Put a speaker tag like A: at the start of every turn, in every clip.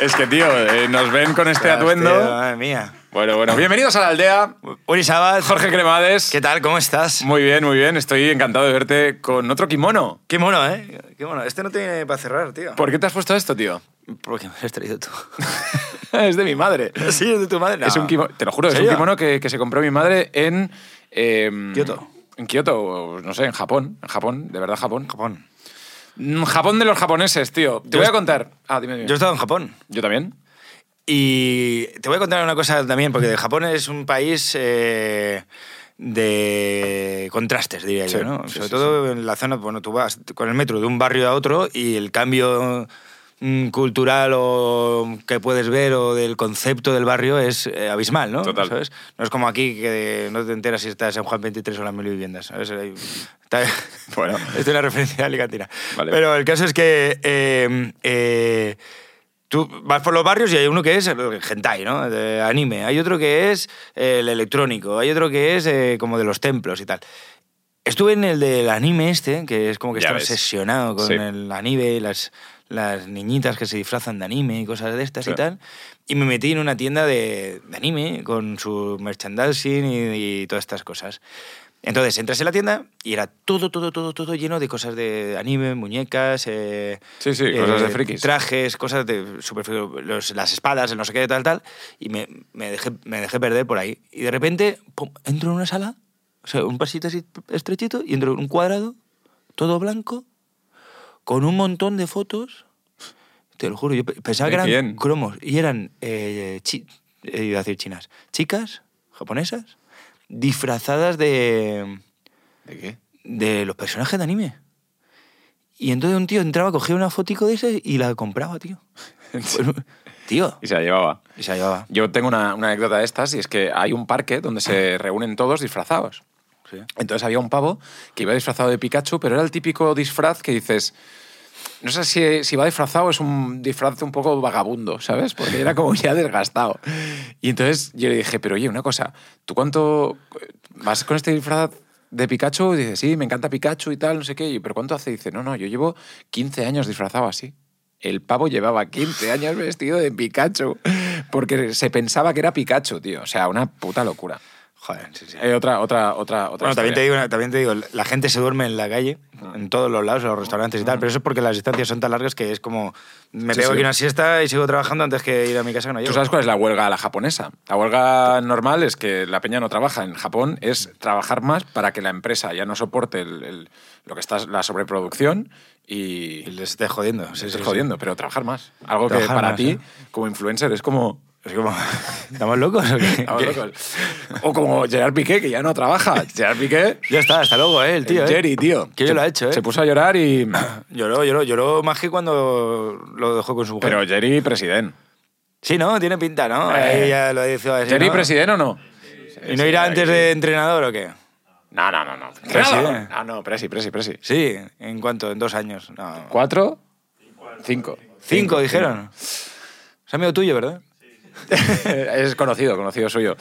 A: Es que, tío, eh, nos ven con este
B: Ostras, tío,
A: atuendo.
B: Madre mía.
A: Bueno, bueno. Bienvenidos a la aldea.
B: Uri Sabat,
A: Jorge Cremades.
B: ¿Qué tal? ¿Cómo estás?
A: Muy bien, muy bien. Estoy encantado de verte con otro kimono.
B: Qué mono, ¿eh? Qué mono. Este no tiene para cerrar, tío.
A: ¿Por qué te has puesto esto, tío?
B: Porque me lo has traído tú.
A: es de mi madre.
B: ¿Sí? ¿Es de tu madre? No.
A: Es un kimono, te lo juro,
B: Ah. ¿En
A: es un
B: serio?
A: kimono que, que se compró mi madre en... em,
B: Kioto.
A: En Kioto, o no sé, en Japón. En Japón, de verdad Japón.
B: Japón.
A: Mm, Japón de los japoneses, tío. Te
B: Yo
A: voy a
B: es-
A: contar. Ah, dime, dime.
B: Yo he estado en Japón.
A: Yo también.
B: Y te voy a contar una cosa también, porque Japón es un país eh, de contrastes, diría
A: Sí,
B: yo, ¿no?
A: sí,
B: Sobre
A: sí,
B: todo en la zona, bueno, tú vas con el metro de un barrio a otro y el cambio mm, cultural o que puedes ver o del concepto del barrio es eh, abismal, ¿no?
A: Total.
B: ¿Sabes? No es como aquí que no te enteras si estás en Juan 23 o en las mil viviendas, ¿sabes? Ahí- está-
A: Bueno.
B: Esto es una referencia alicantina.
A: Vale.
B: Pero el caso es que... eh, eh, Tú vas por los barrios y hay uno que es el hentai, ¿no? De anime. Hay otro que es eh, el electrónico. Hay otro que es eh, como de los templos y tal. Estuve en el del anime este, que es como que
A: Ya
B: está
A: ves.
B: obsesionado con
A: Sí.
B: el anime y las, las niñitas que se disfrazan de anime y cosas de estas
A: Sí.
B: y tal. Y me metí en una tienda de, de anime con su merchandising y, y todas estas cosas. Entonces entras en la tienda y era todo, todo, todo, todo lleno de cosas de anime, muñecas. eh,
A: Sí, sí, cosas de frikis.
B: Trajes, cosas de super frigo- los- las espadas, el no sé qué, tal, tal. Y me, me dejé, me dejé perder por ahí. Y de repente, pum, entro en una sala, o sea, un pasito así estrechito, y entro en un cuadrado, todo blanco, con un montón de fotos. Te lo juro, yo pe- pensaba
A: ¿De
B: que eran
A: quién?
B: cromos. Y eran, eh, chi- eh, iba a decir chinas, chicas japonesas disfrazadas de
A: ¿De qué?
B: de los personajes de anime. Y entonces un tío entraba, cogía una fotico de ese y la compraba, tío. tío.
A: y se la llevaba.
B: Y se la llevaba.
A: Yo tengo una, una anécdota de estas y es que hay un parque donde se reúnen todos disfrazados.
B: Sí.
A: Entonces había un pavo que iba disfrazado de Pikachu, pero era el típico disfraz que dices... No sé si, si va disfrazado, es un disfraz un poco vagabundo, ¿sabes? Porque era como ya desgastado. Y entonces yo le dije, pero oye, una cosa, ¿tú cuánto vas con este disfraz de Pikachu? Y dice, sí, me encanta Pikachu y tal, no sé qué. Y, pero ¿cuánto hace? Y dice, no, no, yo llevo 15 años disfrazado así. El pavo llevaba 15 años vestido de Pikachu porque se pensaba que era Pikachu, tío. O sea, una puta locura.
B: Joder, sí, sí.
A: Eh, otra, otra, otra, otra.
B: Bueno, también te,
A: historia.
B: digo, una- también te digo, la gente se duerme en la calle,
A: Ah.
B: en todos los lados, en los restaurantes y tal, pero eso es porque las distancias son tan largas que es como, me
A: Sí,
B: pego
A: sí.
B: aquí una siesta y sigo trabajando antes que ir a mi casa que no
A: ¿Tú
B: llego.
A: sabes cuál es la huelga a la japonesa? La huelga normal es que la peña no trabaja. En Japón es trabajar más para que la empresa ya no soporte el- el- lo que está la sobreproducción y,
B: Y les esté jodiendo. Sí,
A: se
B: sí, sí.
A: jodiendo, pero trabajar más. Algo que
B: Trabajar
A: para
B: más,
A: ti,
B: ¿eh?
A: como influencer, es como...
B: Es como, ¿estamos locos o qué?
A: Estamos
B: ¿Qué?
A: locos. O como Gerard Piqué, que ya no trabaja. Gerard Piqué,
B: Ya está, hasta luego, ¿eh? El tío,
A: el
B: ¿eh?
A: Jerry, tío.
B: Que
A: Se-
B: yo lo ha hecho, ¿eh?
A: Se puso a llorar y...
B: Lloró, lloró, lloró más que cuando lo dejó con su mujer.
A: Pero Jerry, presidente.
B: Sí, ¿no? Tiene pinta, ¿no?
A: Eh.
B: Ahí ya lo dice así,
A: ¿Jerry,
B: ¿no?
A: presidente o no?
B: ¿Y no irá
A: Sí,
B: antes
A: sí.
B: de entrenador o qué?
A: No, no, no, no.
B: Presi,
A: Nada.
B: ¿eh?
A: Ah, no, presi, presi, presi.
B: Sí, ¿en cuánto? ¿En dos años? No.
A: ¿Cuatro? Cinco.
B: ¿Cinco, dijeron? Es amigo tuyo, ¿verdad?
A: es conocido, conocido suyo.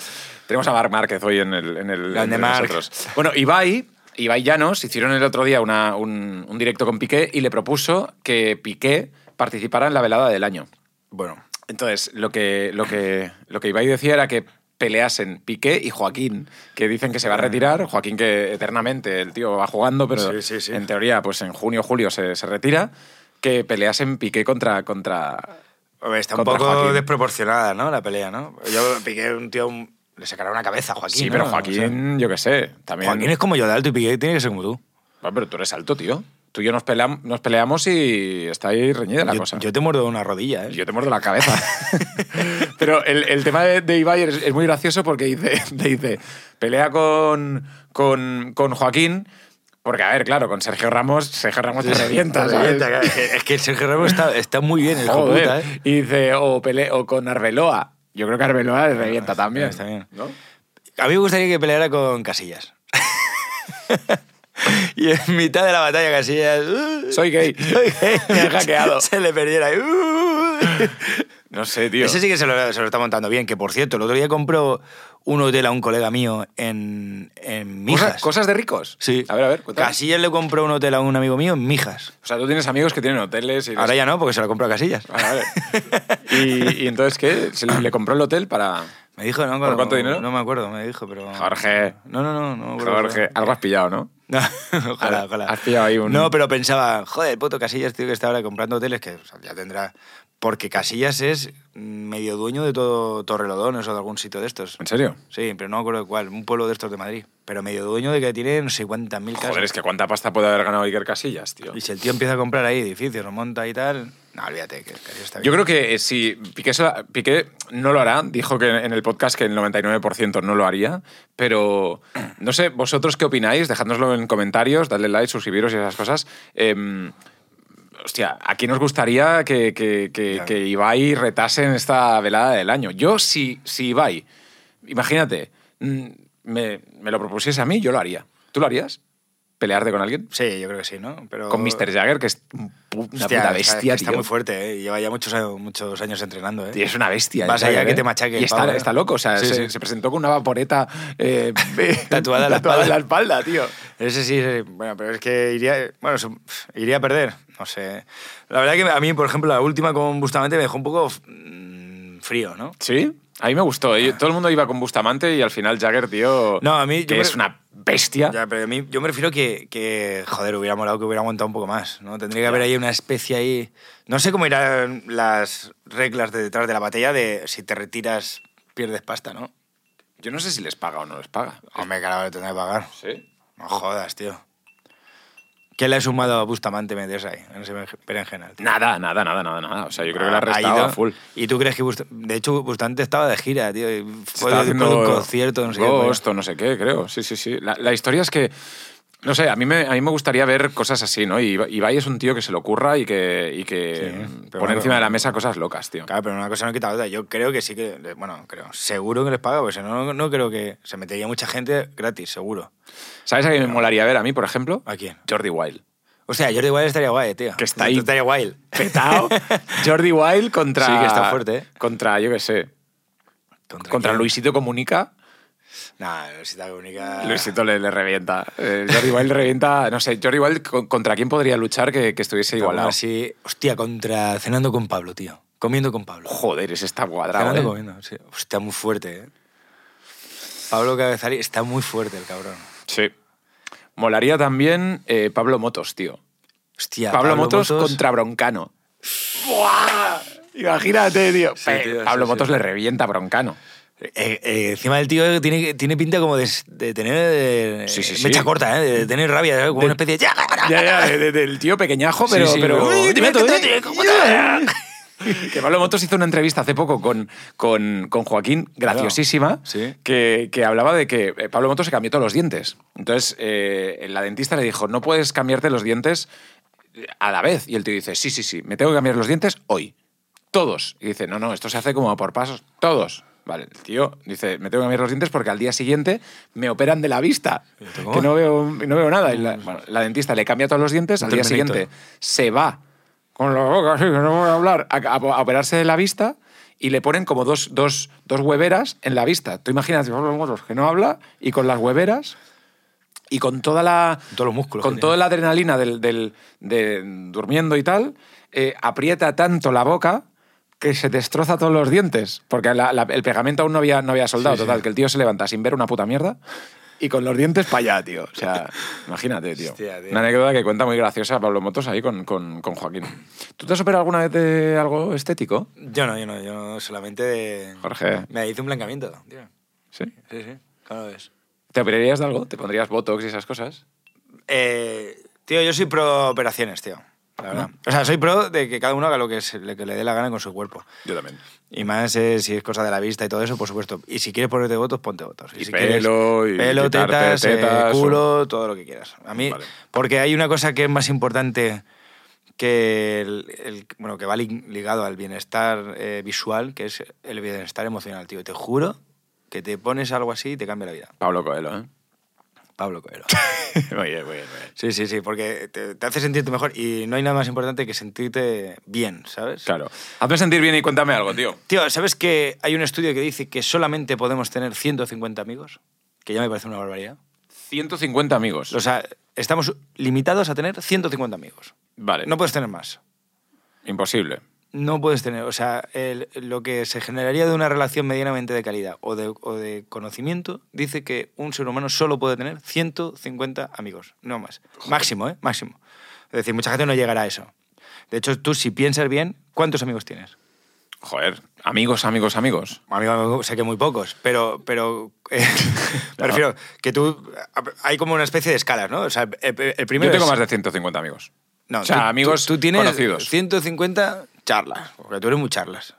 A: Tenemos a Marc Márquez hoy en el. En el
B: Grande
A: entre
B: Marc.
A: nosotros. Bueno, Ibai. Ibai Llanos hicieron el otro día una- un, un directo con Piqué y le propuso que Piqué participara en la velada del año.
B: Bueno.
A: Entonces, lo que, lo que, lo que Ibai decía era que peleasen Piqué y Joaquín, que dicen que se va a retirar. Joaquín que eternamente el tío va jugando, pero
B: Sí, sí, sí.
A: en teoría pues en junio julio se, se retira. Que peleasen Piqué contra... contra...
B: Hombre, está un
A: Contra
B: poco
A: Joaquín.
B: desproporcionada, ¿no? La pelea, ¿no? Yo piqué un tío... un- Le sacará una cabeza a Joaquín,
A: Sí,
B: ¿no?
A: pero
B: O sea,
A: Joaquín, yo qué sé, también...
B: Joaquín es como yo de alto y Piqué tiene que ser como tú.
A: Bueno, pero tú eres alto, tío. Tú y yo nos, peleam- nos peleamos y está ahí reñida la
B: yo,
A: cosa.
B: yo te muerdo una rodilla, ¿eh?
A: Yo te muerdo la cabeza. Pero el, el tema de, de Ibai es, es muy gracioso porque dice, te dice pelea con, con, con Joaquín, porque, a ver, claro, con Sergio Ramos, Sergio Ramos te revienta, ¿sabes?
B: Revienta, claro. Es que el Sergio Ramos está, está muy bien, el hijo
A: Joder.
B: puta, ¿eh?
A: Y dice, o, pele- o con Arbeloa. Yo creo que Arbeloa le
B: Ah,
A: revienta
B: está
A: también.
B: bien, está bien.
A: ¿no?
B: A mí me gustaría que peleara con Casillas. y en mitad de la batalla Casillas... ¡uh!
A: Soy gay.
B: Soy gay.
A: Me han hackeado.
B: Se le perdiera. ¡uh!
A: No sé, tío.
B: Ese sí que se lo, se lo está montando bien, que por cierto, el otro día compró un hotel a un colega mío en, en Mijas.
A: Cosas, cosas de ricos.
B: Sí.
A: A ver, a ver, cuéntame.
B: Casillas le compró un hotel a un amigo mío en Mijas.
A: O sea, tú tienes amigos que tienen hoteles y...
B: Ahora ya no, porque se lo compró a Casillas.
A: Vale, vale. y, y entonces, ¿qué? ¿Se le, le compró el hotel para...?
B: Me dijo, ¿no?
A: ¿Por cuánto dinero?
B: No me acuerdo, me dijo, pero...
A: Jorge.
B: No, no, no, no me acuerdo.
A: Jorge, algo has pillado, ¿no?
B: No,
A: Ahora,
B: ojalá, ojalá.
A: has pillado ahí un-
B: No, pero pensaba, joder, el puto Casillas, tío, que está ahora comprando hoteles, que o sea, ya tendrá... Porque Casillas es medio dueño de todo Torrelodones o de algún sitio de estos.
A: ¿En serio?
B: Sí, pero no me acuerdo de cuál, un pueblo de estos de Madrid. Pero medio dueño de que tiene no sé cuántas mil casas.
A: Joder, es que cuánta pasta puede haber ganado Iker Casillas, tío.
B: Y si el tío empieza a comprar ahí edificios, lo monta y tal... No, olvídate, que Casillas está bien.
A: Yo creo que eh, si Piqué, se la- Piqué no lo hará, dijo que en el podcast que el 99% no lo haría, pero no sé, vosotros qué opináis, dejádnoslo en comentarios, dadle like, suscribiros y esas cosas. Em, hostia, ¿a quién nos gustaría que, que- que-
B: Ya.
A: que Ibai retase en esta velada del año? Yo, si, si Ibai, imagínate, mm, me, me lo propusiese a mí, yo lo haría. ¿Tú lo harías? ¿Pelearte con alguien?
B: Sí, yo creo que sí, ¿no? Pero...
A: Con Mr. Jagger, que es un pu- una
B: Hostia,
A: puta
B: está-
A: bestia,
B: Está
A: tío.
B: muy fuerte, ¿eh? Lleva ya muchos, muchos años entrenando, ¿eh?
A: Tío, es una bestia.
B: Vas
A: el
B: allá
A: Tiger,
B: que
A: ¿eh?
B: te machaque el
A: Y está,
B: pavo, ¿eh?
A: está loco, o sea,
B: Sí,
A: se,
B: sí.
A: se presentó con una vaporeta eh,
B: Tatuada en la
A: en
B: espalda.
A: espalda, tío.
B: Ese sí, ese sí. bueno, pero es que iría, bueno, su- iría a perder, no sé. La verdad que a mí, por ejemplo, la última con Bustamante me dejó un poco mm, frío, ¿no?
A: Sí, a mí me gustó. Y Todo el mundo iba con Bustamante y al final Jagger, tío,
B: No, a mí yo
A: que
B: me-
A: es una bestia.
B: Ya, pero a mí yo me refiero que, que, joder, hubiera molado que hubiera aguantado un poco más, ¿no? Tendría que haber ahí una especie ahí... No sé cómo irán las reglas de detrás de la batalla de si te retiras, pierdes pasta, ¿no?
A: Yo no sé si les paga o no les paga.
B: Hombre, carajo, le tendré que pagar.
A: Sí.
B: No jodas, tío. ¿Qué le ha sumado a Bustamante meterse ahí, en ese berenjenal? tío?
A: Nada, nada, nada, nada, nada. O sea, yo creo que la Ah, ha
B: Ha
A: restado
B: ido.
A: a full.
B: ¿Y tú crees que Bust- De hecho, Bustamante estaba de gira, tío. y
A: Se
B: Fue
A: estaba
B: de-
A: haciendo
B: de un concierto, no sé qué,
A: Ghost o no sé qué, creo. Sí, sí, sí. La, la historia es que, no sé, a mí, me, a mí me gustaría ver cosas así, ¿no? Y Iba- Ibai es un tío que se lo curra y que, y que
B: Sí,
A: mm,
B: pero
A: pone
B: no-
A: encima de la mesa cosas locas, tío.
B: pero- Claro, pero una cosa no quita la otra. Yo creo que sí que... Bueno, creo. Seguro que les paga, porque si no, no creo que... Se metería mucha gente gratis, seguro.
A: ¿Sabes a quién me molaría ver a mí, por ejemplo?
B: ¿A quién?
A: Jordi Wild.
B: O sea, Jordi Wild estaría guay, tío.
A: Que está ahí.
B: Estaría guay.
A: Petao. Jordi Wild contra.
B: Sí, que está fuerte, ¿eh?
A: Contra, yo qué sé.
B: ¿Contra,
A: Contra
B: quién?
A: Luisito Comunica.
B: Nah, Luisita Comunica...
A: Ah. Luisito le, le revienta. Eh, Jordi Wild revienta. No sé, Jordi Wild, con- ¿contra quién podría luchar que, que estuviese
B: Pero
A: igualado?
B: Así, hostia, contra... Cenando con Pablo, tío. Comiendo con Pablo.
A: Joder, ese está cuadrado.
B: Fernando
A: ¿eh?
B: Comiendo, sí. Está muy fuerte, ¿eh? Pablo Cabezari está muy fuerte, el cabrón.
A: Sí. Molaría también eh, Pablo Motos, tío.
B: Hostia,
A: Pablo, Motos,
B: Motos-
A: contra Broncano. ¡Buah! Imagínate, tío.
B: Sí, tío,
A: Pablo
B: sí,
A: Motos
B: sí.
A: le revienta a Broncano.
B: Eh, eh, encima del tío tiene, tiene pinta como de, de tener... eh,
A: Sí, sí, sí.
B: Mecha corta, ¿eh? De tener rabia, ¿sabes? Como
A: De-
B: una especie de...
A: Ya, ya, de- de- del tío pequeñajo,
B: Sí,
A: pero.
B: sí,
A: pero-
B: pero-
A: ¡Uy, te meto, eh!
B: ¿Cómo te-
A: Que Pablo Motos hizo una entrevista hace poco con, con, con Joaquín, graciosísima,
B: Sí.
A: que, que hablaba de que eh, Pablo Motos se cambió todos los dientes. Entonces, eh, la dentista le dijo: No puedes cambiarte los dientes eh, a la vez. Y el tío dice: Sí, sí, sí, me tengo que cambiar los dientes hoy. Todos. Y dice: No, no, esto se hace como por pasos. Todos. Vale, el tío dice: Me tengo que cambiar los dientes porque al día siguiente me operan de la vista.
B: ¿Y tú cómo? Mm.
A: Que no veo, no veo nada. Y la, bueno, la dentista le cambia todos los dientes. Al día
B: Terminator.
A: siguiente se va con la boca así, que no voy a hablar, a, a- a operarse de la vista y le ponen como dos, dos, dos hueveras en la vista. Tú imaginas que no habla y con las hueveras y con toda la...
B: Con todos los músculos
A: Con
B: que
A: toda la adrenalina del, del- de durmiendo y tal, eh, aprieta tanto la boca que se destroza todos los dientes. Porque la- la- el pegamento aún no había, no había soldado.
B: Sí, sí.
A: total, que el tío se levanta sin ver una puta mierda y con los dientes para allá, tío. O sea, imagínate, tío.
B: Hostia, tío.
A: Una anécdota que cuenta muy graciosa Pablo Motos ahí con, con- con Joaquín. ¿Tú te has operado alguna vez de algo estético?
B: Yo no, yo no, yo no, solamente de...
A: Jorge.
B: Me hice un blancamiento, tío.
A: Sí.
B: Sí, sí, ¿cómo lo ves?
A: ¿Te operarías de algo? ¿Te pondrías botox y esas cosas?
B: Eh, tío, yo soy pro operaciones, tío.
A: Ah.
B: La verdad. O sea, soy pro de que cada uno haga lo que, se- lo que le dé la gana con su cuerpo.
A: Yo también.
B: Y más eh, si es cosa de la vista y todo eso, por supuesto. Y si quieres ponerte votos, ponte votos.
A: Y
B: si
A: pelo,
B: quieres
A: y
B: pelo,
A: quitarte
B: tetas, eh,
A: tetas,
B: culo, todo lo que quieras. A mí,
A: Vale.
B: porque hay una cosa que es más importante que el, el- bueno que va li- ligado al bienestar eh, visual, que es el bienestar emocional, tío. Te juro que te pones algo así y te cambia la vida.
A: Pablo Coelho, ¿eh?
B: Pablo Coelho.
A: muy bien, muy bien, muy bien.
B: Sí, sí, sí, porque te, te hace sentirte mejor y no hay nada más importante que sentirte bien, ¿sabes?
A: Claro. Hazme sentir bien y cuéntame algo, tío.
B: Tío, ¿sabes que hay un estudio que dice que solamente podemos tener 150 amigos? Que ya me parece una barbaridad.
A: 150 amigos.
B: O sea, estamos limitados a tener 150 amigos.
A: Vale.
B: No puedes tener más.
A: Imposible.
B: No puedes tener, o sea, el- lo que se generaría de una relación medianamente de calidad o de, o de conocimiento dice que un ser humano solo puede tener 150 amigos, no más. Máximo, ¿eh? Máximo. Es decir, mucha gente no llegará a eso. De hecho, tú si piensas bien, ¿cuántos amigos tienes?
A: Joder. Amigos, amigos, amigos.
B: Amigo, amigo, sé que muy pocos, pero, pero eh, me refiero que tú, hay como una especie de escalas, ¿no? O sea, el, el primero
A: Yo tengo
B: es-
A: más de 150 amigos.
B: No,
A: o sea,
B: tú-
A: amigos
B: tú, tú tienes
A: conocidos.
B: 150 charlas, porque tú eres muy charlas.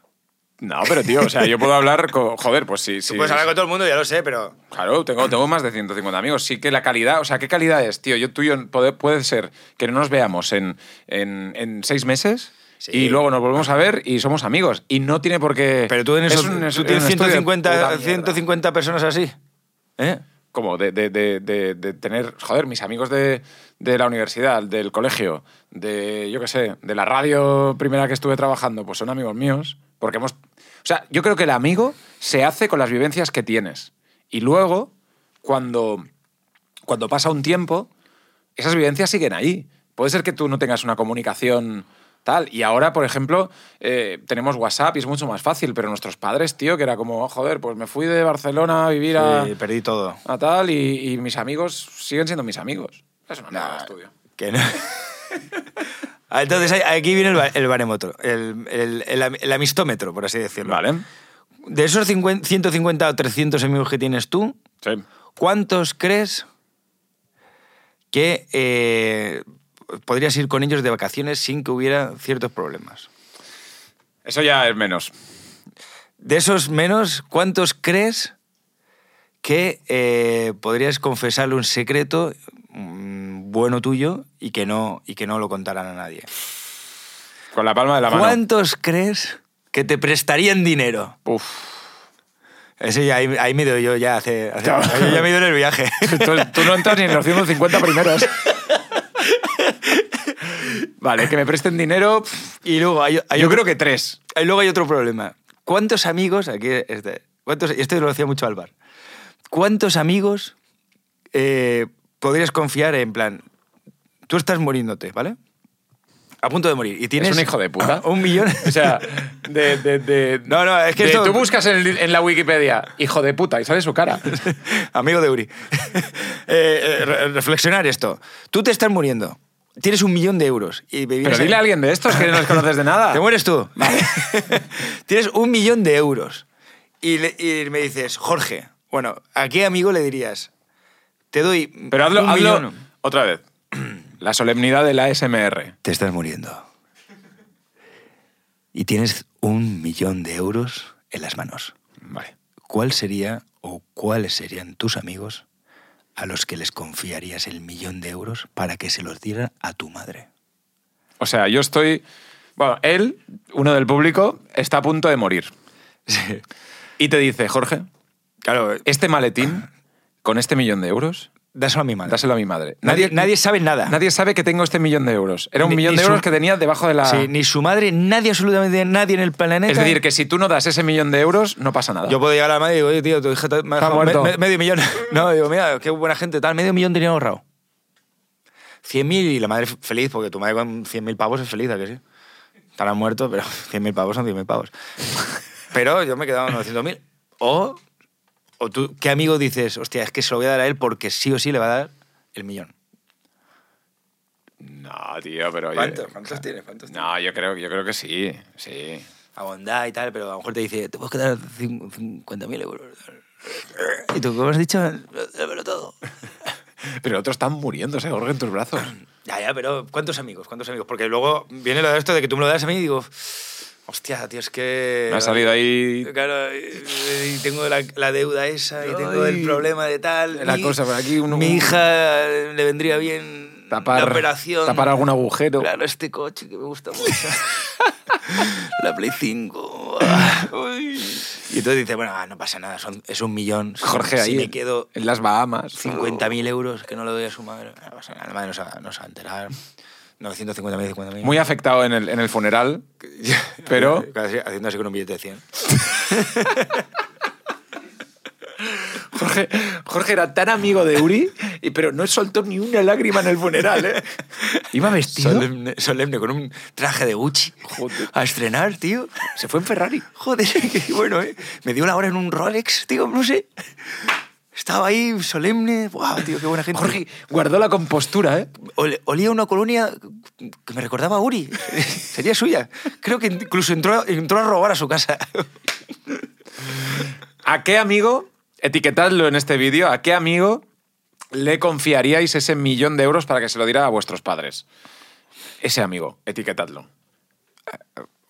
A: No, pero tío, o sea, yo puedo hablar con... Joder, pues sí, sí.
B: Tú puedes hablar con todo el mundo, ya lo sé, pero...
A: Claro, tengo, tengo más de 150 amigos. Sí que la calidad, o sea, ¿qué calidad es, tío? Yo tuyo puede, puede ser que no nos veamos en, en, en seis meses
B: Sí.
A: y luego nos volvemos a ver y somos amigos. Y no tiene por qué...
B: Pero tú, en
A: Es
B: esos-
A: un- es
B: tú
A: un
B: tienes
A: estudio de
B: 150,
A: puta mierda.
B: 150 personas así. ¿Eh?
A: Como de, de- de- de- de tener, joder, mis amigos de, de la universidad, del colegio, de, yo qué sé, de la radio primera que estuve trabajando, pues son amigos míos, porque hemos... O sea, yo creo que el amigo se hace con las vivencias que tienes. Y luego, cuando, cuando pasa un tiempo, esas vivencias siguen ahí. Puede ser que tú no tengas una comunicación tal. Y ahora, por ejemplo, eh, tenemos WhatsApp y es mucho más fácil, pero nuestros padres, tío, que era como, joder, pues me fui de Barcelona a vivir a
B: Sí, perdí todo.
A: a tal y, y mis amigos siguen siendo mis amigos. Es una mierda de estudio.
B: Que no. Ah, Entonces ahí- aquí viene el, ba- el barómetro, el, el- el am- el amistómetro, por así decirlo.
A: Vale.
B: De esos 50 150 o 300 amigos que tienes tú,
A: Sí.
B: ¿cuántos crees que eh, podrías ir con ellos de vacaciones sin que hubiera ciertos problemas?
A: Eso ya es menos.
B: De esos menos, ¿cuántos crees que eh, podrías confesarle un secreto mm, bueno tuyo y que no, y que no lo contaran a nadie?
A: Con la palma de la mano.
B: ¿Cuántos crees que te prestarían dinero?
A: Uf.
B: Ese ya, ahí, ahí me doy yo ya hace... hace- yo ya me doy en el viaje.
A: Tú, tú no entras ni en los 150 primeros. vale, que me presten dinero. pff,
B: y luego hay, hay
A: Yo
B: otro-
A: creo que tres.
B: Y luego hay otro problema. ¿Cuántos amigos, aquí este, ¿cuántos, y esto lo hacía mucho Alvar, ¿cuántos amigos eh, podrías confiar en plan, tú estás muriéndote, ¿vale? A punto de morir. Y tienes
A: un hijo de puta.
B: Un millón.
A: O sea, de. de- de-
B: No, no, es que
A: de-
B: esto-
A: Tú buscas en, el- en la Wikipedia, hijo de puta, y sale su cara.
B: Amigo de Uri. Eh, eh, re- reflexionar esto. Tú te estás muriendo. Tienes un millón de euros. Y me
A: Pero
B: vienes
A: dile
B: a-
A: a alguien de estos que no les conoces de nada.
B: Te mueres tú. Tienes un millón de euros. Y, le- y me dices, Jorge, bueno, ¿a qué amigo le dirías? Te doy.
A: Pero hazlo,
B: un
A: hazlo
B: millón.
A: otra vez. La solemnidad de la SMR.
B: Te estás muriendo. Y tienes un millón de euros en las manos.
A: Vale.
B: ¿Cuál sería o cuáles serían tus amigos a los que les confiarías el millón de euros para que se los dieran a tu madre?
A: O sea, yo estoy. Bueno, él, uno del público, está a punto de morir. Y te dice, Jorge,
B: Claro,
A: este maletín con este millón de euros,
B: dáselo a mi madre.
A: dáselo a mi madre.
B: Nadie, nadie sabe nada.
A: nadie sabe que tengo este millón de euros. Era un
B: Ni-
A: millón
B: ni
A: de euros
B: su-
A: que tenía debajo de la.
B: Sí, ni su madre, nadie, absolutamente nadie en el planeta. Ah.
A: es decir, que si tú no das ese millón de euros, no pasa nada.
B: Yo puedo llegar a la madre y digo, oye, tío, tu hija te- me ha
A: Está
B: dejado me-
A: muerto.
B: me- medio millón. No, digo, mira, qué buena gente, tal, medio millón tenía ahorrado. 100.000 y la madre f- feliz, porque tu madre con 100.000 pavos es feliz, ¿a que sí? Estará muerto, pero 100.000 pavos son 100.000 pavos. Pero yo me he quedado con 900.000. O, o tú, ¿qué amigo dices? Hostia, es que se lo voy a dar a él porque sí o sí le va a dar el millón.
A: No, tío, pero. oye,
B: ¿Cuántos? ¿Cuántos tienes? ¿Cuántos
A: No, yo creo, yo creo que sí. Sí.
B: a bondad y tal, pero a lo mejor te dice, te puedes quedar cin- 50.000 euros. Y tú, como has dicho, dámelo todo.
A: Pero el otro está muriéndose, Jorge, en tus brazos.
B: Ya, ya, pero ¿cuántos amigos? ¿Cuántos amigos? Porque luego viene lo de esto de que tú me lo das a mí y digo, hostia, tío, es que...
A: Me ha salido ahí
B: Claro, y y tengo la, la deuda esa y tengo
A: Ay.
B: el problema de tal.
A: La cosa por aquí, uno-
B: Mi hija le vendría bien
A: tapar,
B: la operación.
A: tapar algún agujero.
B: Claro, este coche que me gusta mucho. la Play 5. Uy. Y entonces dice, bueno, ah, no pasa nada, son- es un millón. Si-
A: Jorge
B: si
A: ahí
B: me
A: en-
B: quedo
A: en las Bahamas.
B: 50.000 euros que no le doy a su madre, no pasa nada, la madre no se va, no se va a enterar. 950.000, 50.000.
A: Muy afectado en el, en el funeral, pero...
B: Casi Haciendo así con un billete de 100.
A: Jorge, Jorge era tan amigo de Uri, y- pero no soltó ni una lágrima en el funeral, ¿eh? Iba vestido.
B: Solemne, solemne, con un traje de Gucci.
A: Joder.
B: A estrenar, tío.
A: Se fue en Ferrari.
B: Joder, qué bueno, ¿eh? Me dio la hora en un Rolex, tío, no sé. Estaba ahí solemne. Buah, tío, qué buena gente.
A: Jorge guardó la compostura, ¿eh?
B: Ole- olía una colonia que me recordaba a Uri. Sería suya. Creo que incluso entró, entró a robar a su casa.
A: ¿A qué amigo, etiquetadlo en este vídeo, a qué amigo le confiaríais ese millón de euros para que se lo diera a vuestros padres? Ese amigo, etiquetadlo.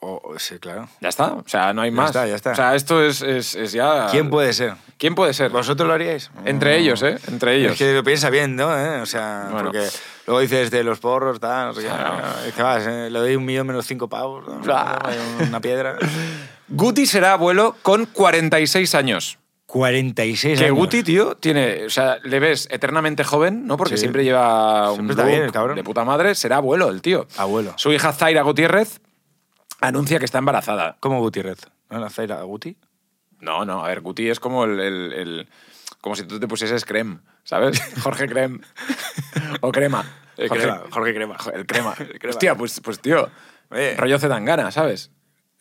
A: Oh,
B: sí, claro.
A: Ya está, o sea, no hay más.
B: está, ya está.
A: O sea, esto es, es- es ya...
B: ¿Quién puede ser?
A: ¿Quién puede ser?
B: ¿Vosotros lo haríais? Mm.
A: Entre ellos, ¿eh? Entre ellos.
B: Es que lo piensa bien, ¿no? ¿Eh? O sea,
A: Bueno.
B: porque luego dices de los porros, tal. no sé qué.
A: Claro.
B: Es que vas, eh, le doy un millón menos cinco pavos. ¿no?
A: Ah.
B: Una piedra.
A: Guti será abuelo con 46 años.
B: 46
A: Que
B: años.
A: Guti, tío, tiene. O sea, le ves eternamente joven, ¿no? Porque
B: Sí.
A: siempre lleva un
B: Siempre está bien,
A: look
B: el cabrón.
A: de puta madre. Será abuelo el tío.
B: Abuelo.
A: Su hija Zaira Gutiérrez anuncia que está embarazada.
B: ¿Cómo Gutiérrez? ¿No la Zaira Guti?
A: No, no, a ver, Guti es como el. el- el- como si tú te pusieses creme, ¿sabes? Jorge Creme. o crema.
B: El
A: Jorge,
B: crema.
A: Jorge Crema. jo- El crema.
B: El crema.
A: Hostia, pues, pues tío.
B: Oye.
A: Rollo Zetangana, ¿sabes?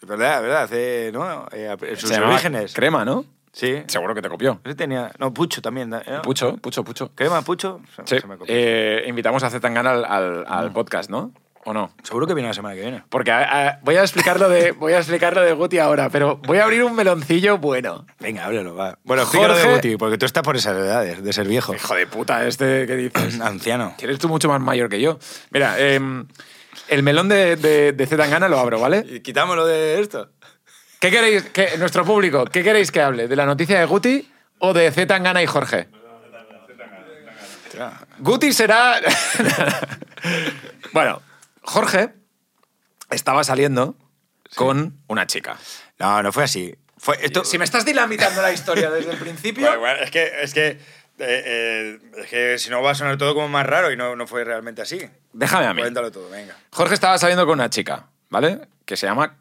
B: ¿Verdad? ¿Verdad? eh, ¿no? Eh, sus
A: Se llamaba
B: orígenes.
A: Crema, ¿no?
B: Sí.
A: Seguro que te copió.
B: Sí tenía... No, Pucho también. ¿no?
A: Pucho, pucho, pucho.
B: ¿Crema Pucho? Se-
A: Sí.
B: se me copió.
A: Eh, invitamos a Zetangana al, al, al podcast, ¿no? ¿O no?
B: Seguro que viene la semana que viene.
A: Porque a- a- voy, a explicar lo de, voy a explicar lo de Guti ahora, pero voy a abrir un meloncillo bueno.
B: Venga, háblalo, va. Bueno,
A: Jorge-
B: explícalo de Guti, porque tú estás por esas edades, de ser viejo.
A: Hijo de puta este que dices.
B: Anciano.
A: Eres tú mucho más mayor que yo. Mira, em, el melón de, de, de Zetangana lo abro, ¿vale?
B: Y quitámoslo de esto.
A: ¿Qué queréis, que, nuestro público, qué queréis que hable? ¿De la noticia de Guti o de Zetangana y Jorge? Guti será... bueno, Jorge estaba saliendo con una chica.
B: No, no fue así. Fue esto...
A: Si me estás dilamitando la historia desde el principio...
B: Bueno, bueno, es que... Es que... eh, eh, es que si no va a sonar todo como más raro y no, no fue realmente así.
A: Déjame a mí.
B: Cuéntalo todo, venga.
A: Jorge estaba saliendo con una chica, ¿vale? Que se llama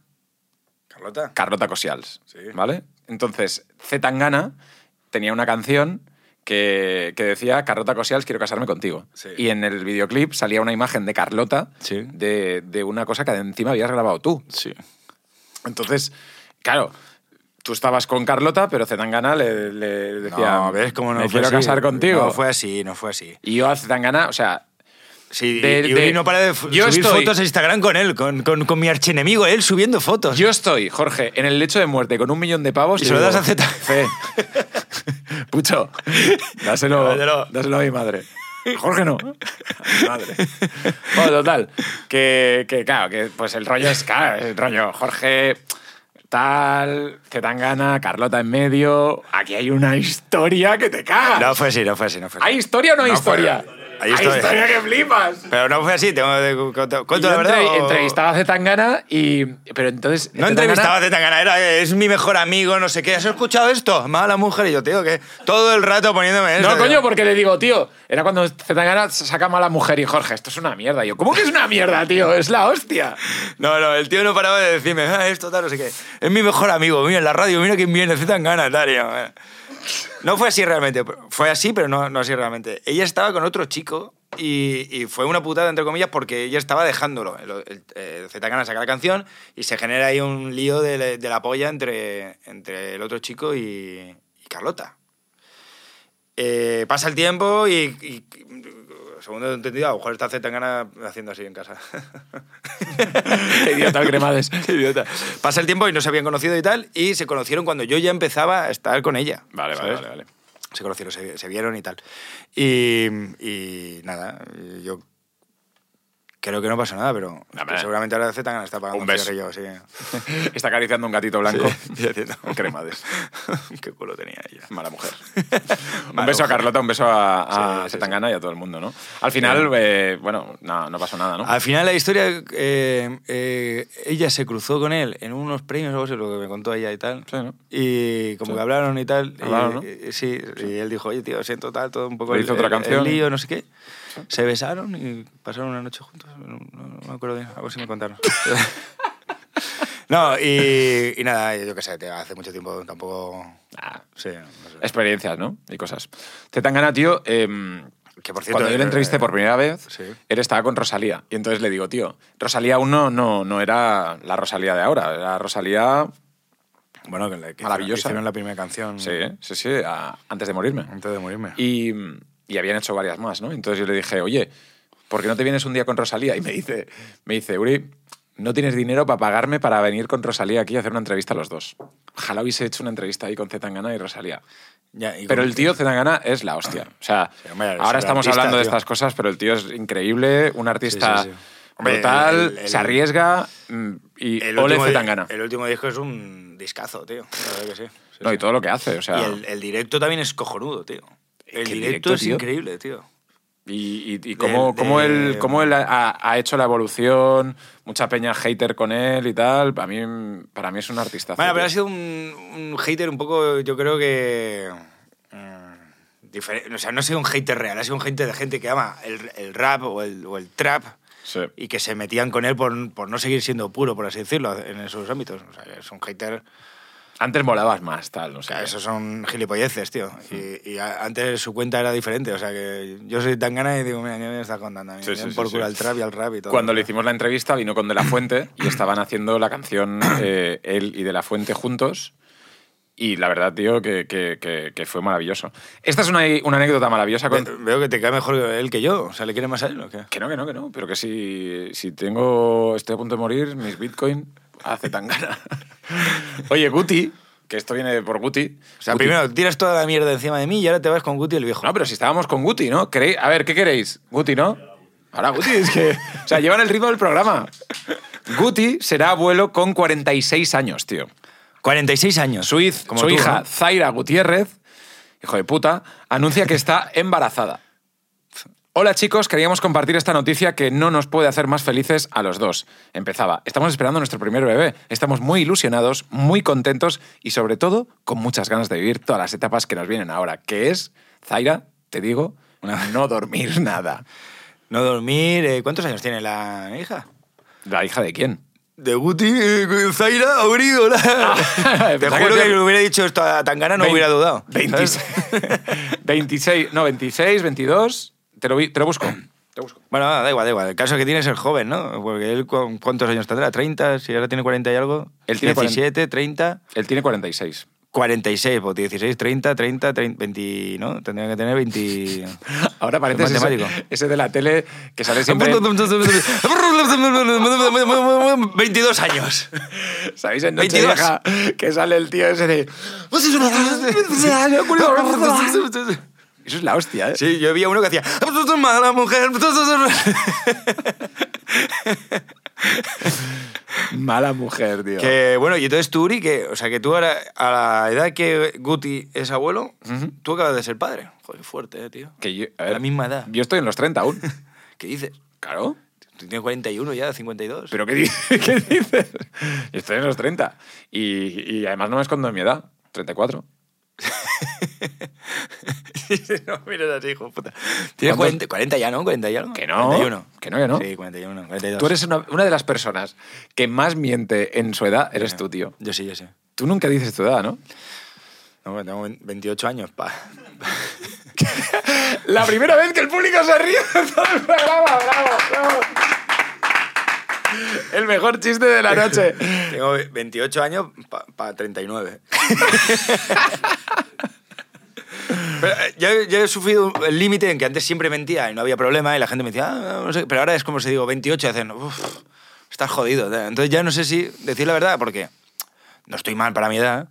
B: Carlota.
A: Carlota Cosials,
B: Sí.
A: ¿vale? Entonces, Zetangana tenía una canción que, que decía Carlota Cosials, quiero casarme contigo.
B: Sí.
A: Y en el videoclip salía una imagen de Carlota
B: Sí.
A: de, de una cosa que encima habías grabado tú.
B: Sí.
A: Entonces, claro... Tú estabas con Carlota, pero Zetangana le, le decía,
B: No, ves cómo no
A: me
B: fue
A: quiero
B: así.
A: casar contigo.
B: No fue así, no fue así.
A: Y yo a Zetangana, o sea,
B: Sí,
A: De-
B: y, y
A: de-
B: Uri no para de fu-
A: Yo
B: subir
A: estoy-
B: fotos a Instagram con él, con, con, con mi archienemigo, él subiendo fotos.
A: Yo estoy, Jorge, en el lecho de muerte con un millón de pavos.
B: Y se lo
A: digo,
B: das a Zeta.
A: Fe. Pucho, dáselo,
B: Dáselo.
A: dáselo a mi madre. Jorge no. A mi madre. Bueno, total. Que, que, claro, que pues el rollo es, claro, el rollo Jorge tal, que tan gana, Carlota en medio. Aquí hay una historia que te cagas.
B: No fue así, no fue así, no fue así.
A: ¿Hay historia o no hay
B: No, pues,
A: historia?
B: fue- hay historia.
A: que flipas.
B: Pero no fue así, tengo que contar-
A: Y
B: cuento
A: yo
B: la verdad.
A: entre-
B: o-
A: entrevistaba a Zetangana y... Pero entonces...
B: No
A: Zetangana-
B: entrevistaba a Zetangana, era eh, es mi mejor amigo, no sé qué. ¿Has escuchado esto? Mala mujer y yo, tío, que todo el rato poniéndome
A: No,
B: esto,
A: coño,
B: tío.
A: porque le digo, tío, era cuando Zetangana saca mala mujer y Jorge, esto es una mierda. Y yo, ¿cómo que es una mierda, tío? Es la hostia.
B: No, no, el tío no paraba de decirme, "Ah, esto tal, no sé qué. Es mi mejor amigo, mira en la radio, mira quién viene, Zetangana, tal. y yo, bueno. No fue así realmente, fue así, pero no, no así realmente. Ella estaba con otro chico y, y fue una putada, entre comillas, porque ella estaba dejándolo. El, el- eh, Zetangana saca la canción y se genera ahí un lío de, la- de la polla entre, entre el otro chico y, y Carlota. Eh, pasa el tiempo y, y- según he entendido, a lo mejor está Zetangana haciendo así en casa.
A: Qué idiota el cremades.
B: Qué idiota. Pasa el tiempo y no se habían conocido y tal, y se conocieron cuando yo ya empezaba a estar con ella.
A: Vale, vale,
B: ¿sabes?
A: vale, vale.
B: Se conocieron, se, se vieron y tal. Y, y nada, yo Creo que no pasó nada, pero
A: Nah,
B: pero
A: nah.
B: seguramente ahora Z está pagando
A: Un
B: un,
A: beso.
B: cigarrillo, así que...
A: Está acariciando un gatito blanco.
B: Sí, haciendo-
A: Cremades.
B: Qué culo tenía ella.
A: Mala mujer. un
B: Mala
A: beso
B: mujer.
A: a Carlota, un beso a, a
B: Sí, sí,
A: Zetangana y a todo el mundo, ¿no? Al final, eh, bueno, no, no pasó nada, ¿no?
B: Al final la historia, eh, eh, ella se cruzó con él en unos premios, algo así, lo que me contó ella y tal.
A: Sí, ¿no?
B: Y como
A: Sí.
B: que hablaron y tal. y-
A: Hablaron, ¿no?
B: y- sí, y él dijo, oye, tío, siento tal, todo un poco
A: Le
B: el,
A: hizo otra
B: el-
A: canción.
B: el lío, no sé qué. Se besaron y pasaron una noche juntos. No, no- no me acuerdo bien, algo así me contaron. no, y, y nada, yo qué sé, tío, hace mucho tiempo tampoco...
A: Ah,
B: Sí, no sé.
A: experiencias, ¿no? Y cosas. Zetangana, tío, em,
B: Que por cierto...
A: cuando yo le
B: eh,
A: entrevisté por primera vez,
B: Sí.
A: él estaba con Rosalía. Y entonces le digo, tío, Rosalía aún no, no, no era la Rosalía de ahora, era Rosalía,
B: Bueno, que, le- que
A: Maravillosa.
B: hicieron la primera canción
A: sí, sí, sí, a- antes de morirme.
B: antes de morirme.
A: Y, y habían hecho varias más, ¿no? Entonces yo le dije, oye, ¿por qué no te vienes un día con Rosalía? Y me dice, me dice Uri, no tienes dinero para pagarme para venir con Rosalía aquí a hacer una entrevista a los dos. Ojalá hubiese hecho una entrevista ahí con Zetangana y Rosalía.
B: Ya, y
A: Pero
B: como-
A: el tío Zetangana es la hostia. O sea,
B: Ah, Sí, hombre, es
A: ahora
B: un
A: estamos
B: artista,
A: hablando de
B: tío.
A: estas cosas, pero el tío es increíble, un artista
B: sí, sí. Hombre,
A: brutal,
B: el- el-
A: se arriesga mm, y
B: el
A: ole
B: último di-
A: Zetangana.
B: El último disco es un discazo, tío. La verdad que sí. Sí,
A: No,
B: sí.
A: y todo lo que hace, o sea...
B: Y el, el directo también es cojonudo, tío. El directo,
A: que el directo,
B: es
A: tío.
B: increíble, tío.
A: Y, y- y cómo,
B: Del-
A: cómo
B: del-
A: él, cómo él ha- ha, ha hecho la evolución, mucha peña hater con él y tal. Para mí, para mí es un artista.
B: Bueno, pero ha sido un, un hater un poco, yo creo que... mm, difere- O sea, no ha sido un hater real, ha sido un hater de gente que ama el, el rap o el, o el trap y que se metían con él por, por no seguir siendo puro, por así decirlo, en esos ámbitos. O sea, que es un hater...
A: Antes molabas más, tal, no
B: O
A: sé.
B: sea,
A: qué.
B: esos son gilipolleces, tío. Y, y a- antes su cuenta era diferente. O sea, que yo soy tan gana y digo, mira, ¿qué me estás contando? A mí
A: Sí,
B: me
A: sí,
B: dan
A: sí,
B: por culo
A: sí.
B: al trap y al rap y todo.
A: Cuando le hicimos la entrevista, vino con De La Fuente y estaban haciendo la canción eh, él y De La Fuente juntos. Y la verdad, tío, que, que- que- que fue maravilloso. Esta es una, una anécdota maravillosa
B: Ve-
A: con,
B: Veo que te cae mejor él que yo. O sea, ¿le quiere más a él o qué?
A: Que no, que no, que no. Pero que si, si tengo, estoy a punto de morir, mis bitcoin hace tan gana. Oye, Guti, que esto viene por Guti.
B: O sea, primero tiras toda la mierda encima de mí y ahora te vas con Guti el viejo.
A: No, pero si estábamos con Guti, ¿no? ¿Queréis- A ver, ¿qué queréis? Guti, ¿no? Ahora Guti, es que... O sea, llevan el ritmo del programa. Guti será abuelo con 46 años, tío.
B: 46 años.
A: Su, hiz-
B: Como
A: su
B: tú,
A: hija,
B: ¿no?
A: Zaira Gutiérrez, hijo de puta, anuncia que está embarazada. Hola chicos, queríamos compartir esta noticia que no nos puede hacer más felices a los dos. Empezaba, estamos esperando nuestro primer bebé, estamos muy ilusionados, muy contentos y sobre todo con muchas ganas de vivir todas las etapas que nos vienen ahora, que es, Zaira, te digo, no dormir nada.
B: No dormir. eh, ¿Cuántos años tiene la hija?
A: ¿La hija de quién?
B: De Guti, eh, Zaira, Aurido. la- te
A: pensaba
B: juro
A: que
B: que,
A: te-
B: le hubiera dicho esto a Tangana, no
A: Vein-
B: hubiera dudado.
A: 26, 26, no, 26, 22, te lo, vi- te lo busco. Te busco.
B: Bueno, ah, da igual, da igual. El caso que tiene es el joven, ¿no? Porque él, ¿cu- ¿cuántos años tendrá? ¿30? Si ahora tiene 40 y algo.
A: Él tiene
B: 17, 30,
A: Él tiene 46.
B: 46. Pues 16, 30, 30, 30, 20, ¿no? Tendría que tener 20...
A: Ahora parece ese,
B: Matemático.
A: ese de la tele que sale siempre.
B: 22 años.
A: ¿Sabéis en Noche
B: 22?
A: Vieja que sale el tío ese de. Eso es la hostia, ¿eh?
B: Sí, yo vi a uno que hacía... Mala mujer.
A: Mala mujer, tío.
B: Que bueno, y entonces tú, Uri, que, o sea, que tú ahora, a la edad que Guti es abuelo, tú acabas de ser padre. Joder, qué fuerte, eh, tío.
A: Que yo, a
B: la misma edad.
A: Yo estoy en los 30 aún.
B: ¿Qué dices?
A: Claro.
B: Tú tienes 41 ya, 52.
A: ¿Pero qué, di- qué dices? Yo estoy en los 30. Y, y además no me escondo en mi edad. 34.
B: no mires así, hijo de puta. Tienes 40,
A: ¿Cuántos?
B: 40 ya, ¿no? 40 ya, ¿no?
A: Que no,
B: 41.
A: que no, que no.
B: Sí, 41, 42.
A: Tú eres una, una de las personas que más miente en su edad, eres tú, tío.
B: Yo sí, yo sí.
A: Tú nunca dices tu edad, ¿no?
B: No, bueno, tengo 28 años, pa.
A: La primera vez que el público se ríe de todo el programa, bravo, bravo. El mejor chiste de la noche.
B: Tengo 28 años para 39. Pero, eh, yo, yo he sufrido el límite en que antes siempre mentía y no había problema y la gente me decía, "Ah, no sé". pero ahora es como si digo 28 y hacen, "Uf, estás jodido. Entonces ya no sé si decir la verdad porque no estoy mal para mi edad,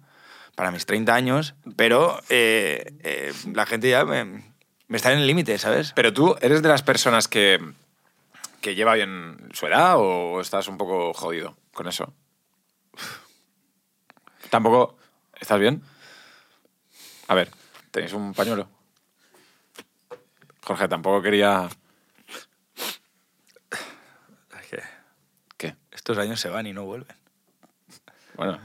B: para mis 30 años, pero eh, eh, la gente ya me, me está en el límite, ¿sabes?
A: Pero tú eres de las personas que, que lleva bien su edad o estás un poco jodido con eso? Tampoco. ¿Estás bien? A ver, ¿tenéis un pañuelo? Jorge, tampoco quería.
B: Es que
A: ¿Qué?
B: estos años se van y no vuelven.
A: Bueno.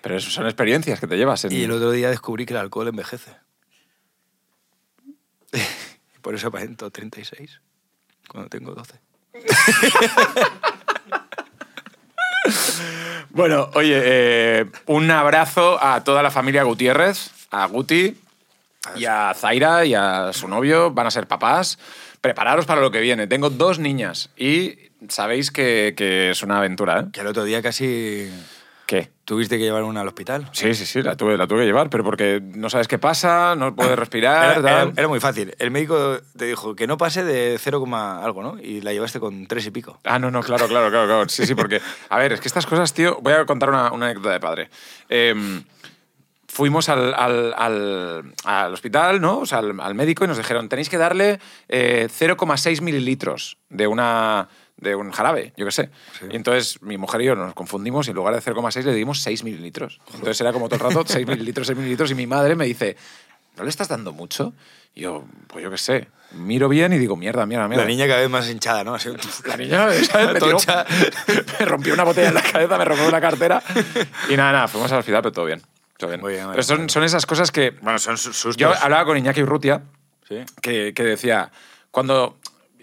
A: Pero eso son experiencias que te llevas. En...
B: Y el otro día descubrí que el alcohol envejece. Por eso aparento 36, cuando tengo 12.
A: Bueno, oye, eh, un abrazo a toda la familia Gutiérrez, a Guti y a Zaira y a su novio. Van a ser papás. Prepararos para lo que viene. Tengo dos niñas y sabéis que, que es una aventura, ¿eh?
B: Que el otro día casi
A: ¿Qué?
B: tuviste que llevar una al hospital.
A: Sí, sí, sí, la tuve, la tuve que llevar, pero porque no sabes qué pasa, no puedes respirar.
B: Era, era-
A: tal.
B: era muy fácil. El médico te dijo que no pase de 0, coma algo, ¿no? Y la llevaste con 3 y pico.
A: Ah, no, no, claro, claro, claro, claro. Sí, sí, porque. A ver, es que estas cosas, tío. Voy a contar una, una anécdota de padre. Em, fuimos al, al- al- al hospital, ¿no? O sea, al, al médico y nos dijeron: tenéis que darle eh, 0,6 mililitros de una. De un jarabe, yo qué sé. Y entonces mi mujer y yo nos confundimos y en lugar de 0,6 le dimos 6 mililitros. Entonces era como todo el rato 6 mililitros, 6 mililitros. Y mi madre me dice, ¿no le estás dando mucho? Y yo, pues yo qué sé. Miro bien y digo, mierda, mierda, mierda.
B: La niña cada vez más hinchada, ¿no? Así,
A: La niña ¿sabes? me, tiró-
B: Tocha.
A: me rompió una botella en la cabeza, me rompió una cartera. Y nada, nada, fuimos al hospital, pero todo bien. Todo bien.
B: Muy bien,
A: pero son,
B: vale.
A: son esas cosas que.
B: bueno, son sus- sustos.
A: Yo hablaba con Iñaki Urrutia,
B: Sí.
A: que, que decía: cuando.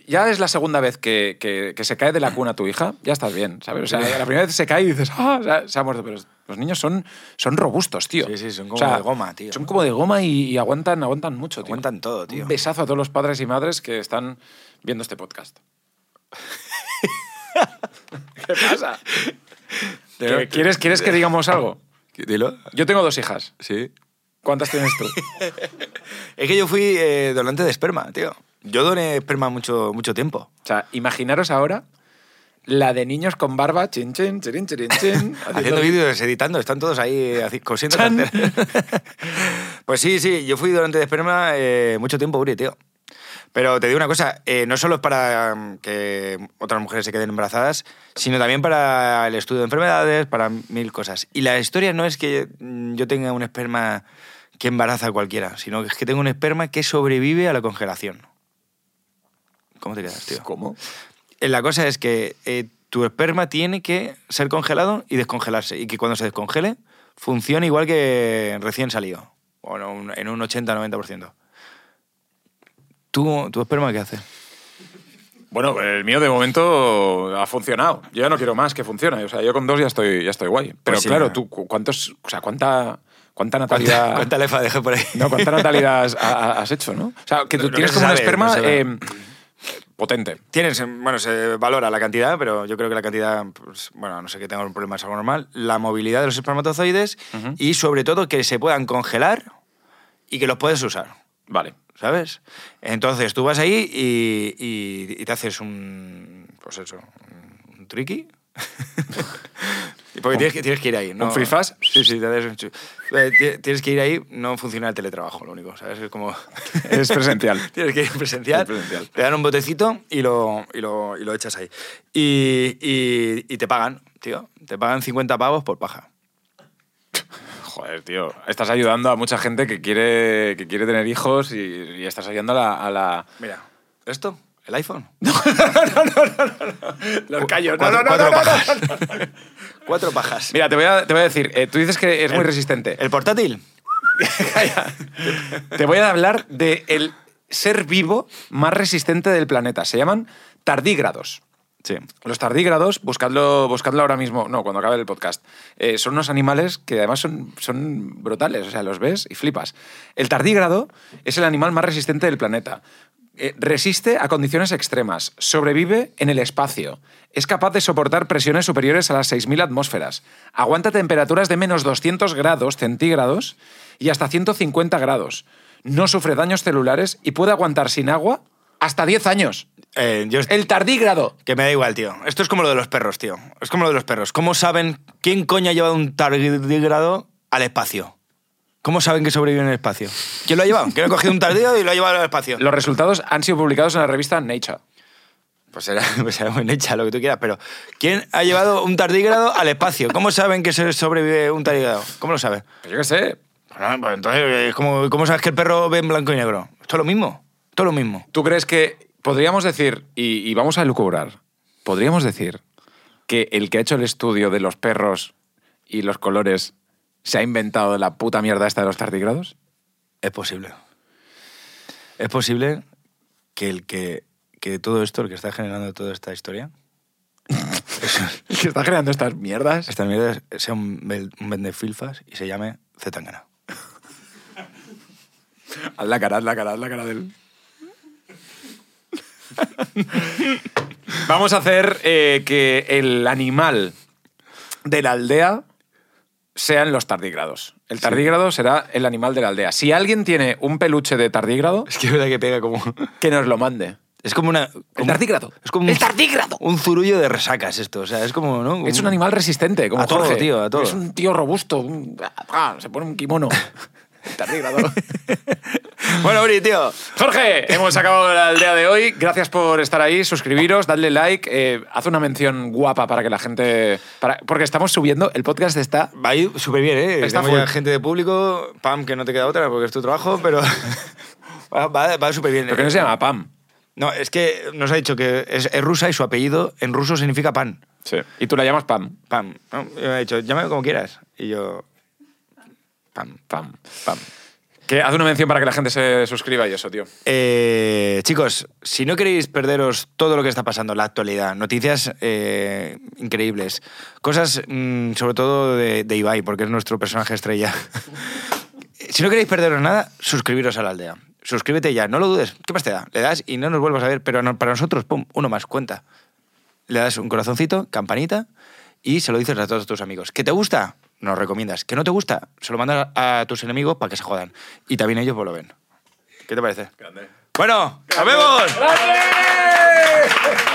A: Ya es la segunda vez que, que- que se cae de la cuna tu hija, ya estás bien, ¿sabes? O sea, la primera vez se cae y dices, ah, se ha- se ha muerto. Pero los niños son, son robustos, tío.
B: Sí, sí, son como de goma, tío.
A: Son como de goma y, y aguantan, aguantan mucho, tío.
B: Aguantan todo, tío.
A: Un besazo a todos los padres y madres que están viendo este podcast. ¿Qué pasa? ¿Que- ¿Quieres, ¿Quieres que digamos algo?
B: Dilo.
A: Yo tengo dos hijas.
B: Sí.
A: ¿Cuántas tienes tú?
B: Es que yo fui eh, donante de esperma, tío. Yo doné esperma mucho, mucho tiempo.
A: O sea, imaginaros ahora la de niños con barba, chin, chin, chirin, chirin, chin,
B: Haciendo vídeos, editando, están todos ahí eh, así, cosiendo cartera. Pues sí, sí, yo fui durante de esperma eh, mucho tiempo, Uri, tío. Pero te digo una cosa, eh, no solo es para mm, que otras mujeres se queden embarazadas, sino también para el estudio de enfermedades, para mil cosas. Y la historia no es que mm, yo tenga un esperma que embaraza a cualquiera, sino que es que tengo un esperma que sobrevive a la congelación. ¿Cómo te quedas, tío?
A: ¿Cómo?
B: Eh, La cosa es que eh, tu esperma tiene que ser congelado y descongelarse. Y que cuando se descongele, funcione igual que recién salido. O en un, en un 80-90%. ¿Tú, ¿Tu esperma qué hace?
A: Bueno, el mío de momento ha funcionado. Yo ya no quiero más que funcione. O sea, yo con dos ya estoy, ya estoy guay. Pero
B: Pues sí,
A: claro,
B: ¿no?
A: tú, cu- ¿cuántos, o sea, cuánta, cuánta natalidad...
B: ¿Cuánta, cuánta lefa dejé por ahí?
A: No, ¿cuánta natalidad has, ha- ha- has hecho, no? O sea, que tú
B: No, no
A: tienes
B: se
A: como un
B: sabe,
A: esperma
B: no se sabe.
A: eh, potente.
B: Tienes, bueno, se valora la cantidad, pero yo creo que la cantidad, pues, bueno, a no sé que tenga un problema es algo normal, la movilidad de los espermatozoides y sobre todo que se puedan congelar y que los puedes usar.
A: Vale.
B: ¿sabes? Entonces tú vas ahí y, y- y te haces un. Pues eso, un, un triqui. Y Porque tienes que, tienes que ir ahí, ¿no?
A: un free fast?
B: Sí, sí, te haces un chu- Eh, ti- Tienes que ir ahí, no funciona el teletrabajo, lo único, ¿sabes? Es como.
A: Es presencial.
B: Tienes que ir presencial,
A: Es presencial.
B: te dan un botecito y lo, y lo, y lo echas ahí. Y, y- y te pagan, tío. Te pagan 50 pavos por paja.
A: Joder, tío. Estás ayudando a mucha gente que quiere, que quiere tener hijos y, y estás ayudando a la... a la-
B: Mira, ¿esto? ¿El iPhone?
A: Los callos. No,
B: Cuatro- cuatro
A: no, no, no, no, no.
B: pajas. Cuatro pajas.
A: Mira, te voy a, te voy a decir, eh, tú dices que es muy resistente.
B: ¿El portátil?
A: Te voy a hablar de el ser vivo más resistente del planeta. Se llaman tardígrados.
B: Sí.
A: Los tardígrados, buscadlo, buscadlo ahora mismo, no, cuando acabe el podcast. Eh, son unos animales que además son, son brutales, o sea, los ves y flipas. El tardígrado es el animal más resistente del planeta. Eh, resiste a condiciones extremas, sobrevive en el espacio, es capaz de soportar presiones superiores a las 6.000 atmósferas, aguanta temperaturas de menos 200 grados centígrados y hasta 150 grados, no sufre daños celulares y puede aguantar sin agua hasta 10 años.
B: Eh, yo-
A: El tardígrado.
B: Que me da igual, tío. Esto es como lo de los perros, tío. Es como lo de los perros. ¿Cómo saben quién coño ha llevado un tardígrado al espacio? ¿Cómo saben que sobreviven en el espacio? ¿Quién lo ha llevado? ¿Quién ha cogido un tardígrado y lo ha llevado al espacio?
A: Los resultados han sido publicados en la revista Nature.
B: Pues era, pues era buen hecha, lo que tú quieras, pero ¿quién ha llevado un tardígrado al espacio? ¿Cómo saben que se sobrevive un tardígrado? ¿Cómo lo saben?
A: Pero Pues yo qué sé.
B: Bueno, pues entonces, ¿cómo, ¿cómo sabes que el perro ve en blanco y negro? Esto es lo mismo, esto es lo mismo.
A: ¿Tú crees que podríamos decir, y, y vamos a lucubrar, podríamos decir que el que ha hecho el estudio de los perros y los colores se ha inventado la puta mierda esta de los tardigrados?
B: Es posible. Es posible que el que, que todo esto, el que está generando toda esta historia,
A: ¿El que está generando estas mierdas?
B: esta mierda sea un, bel- un vendefilfas y se llame Zetangana.
A: Haz la cara, haz la cara, haz la cara del... Vamos a hacer eh, que el animal de la aldea sean los tardígrados. El tardígrado será el animal de la aldea. Si alguien tiene un peluche de tardígrado,
B: Es que es verdad que pega como...
A: que nos lo mande.
B: Es como una...
A: El
B: como-
A: tardígrado.
B: Es como un,
A: El tardígrado.
B: un zurullo de resacas esto, o sea, es como... ¿no?
A: Es un animal resistente, como
B: A todo,
A: Jorge.
B: tío, a todo.
A: Es un tío robusto. un- ah, Se pone un kimono. El tardígrado.
B: Bueno, Uri, tío.
A: Jorge, hemos acabado la aldea de hoy. Gracias por estar ahí. Suscribiros, dadle like, eh, haz una mención guapa para que la gente. para- porque estamos subiendo. El podcast está.
B: Va a ir súper bien, ¿eh?
A: Está
B: Tengo ya
A: full.
B: gente de público, Pam, que no te queda otra porque es tu trabajo, pero va, va, va súper bien.
A: ¿Por qué no se llama Pam?
B: No, es que nos ha dicho que es, es rusa y su apellido en ruso significa pan.
A: Sí. Y tú la llamas Pam.
B: Pam. ¿no? Y me ha dicho, llámame como quieras. Y yo... Pam.
A: Pam. Pam. Que haz una mención para que la gente se suscriba y eso, tío.
B: Eh, chicos, si no queréis perderos todo lo que está pasando en la actualidad, noticias eh, increíbles, cosas mm, sobre todo de, de Ibai, porque es nuestro personaje estrella. si no queréis perderos nada, suscribiros a la aldea. Suscríbete ya, no lo dudes. ¿Qué más te da? Le das y no nos vuelvas a ver, pero no- para nosotros, pum, uno más, cuenta. Le das un corazoncito, campanita, y se lo dices a todos tus amigos. ¿Que te gusta? Nos recomiendas. ¿Que no te gusta? Se lo mandas a a tus enemigos para que se jodan. Y también ellos pues lo ven. ¿Qué te parece? Bueno, nos vemos.
A: ¡Grande!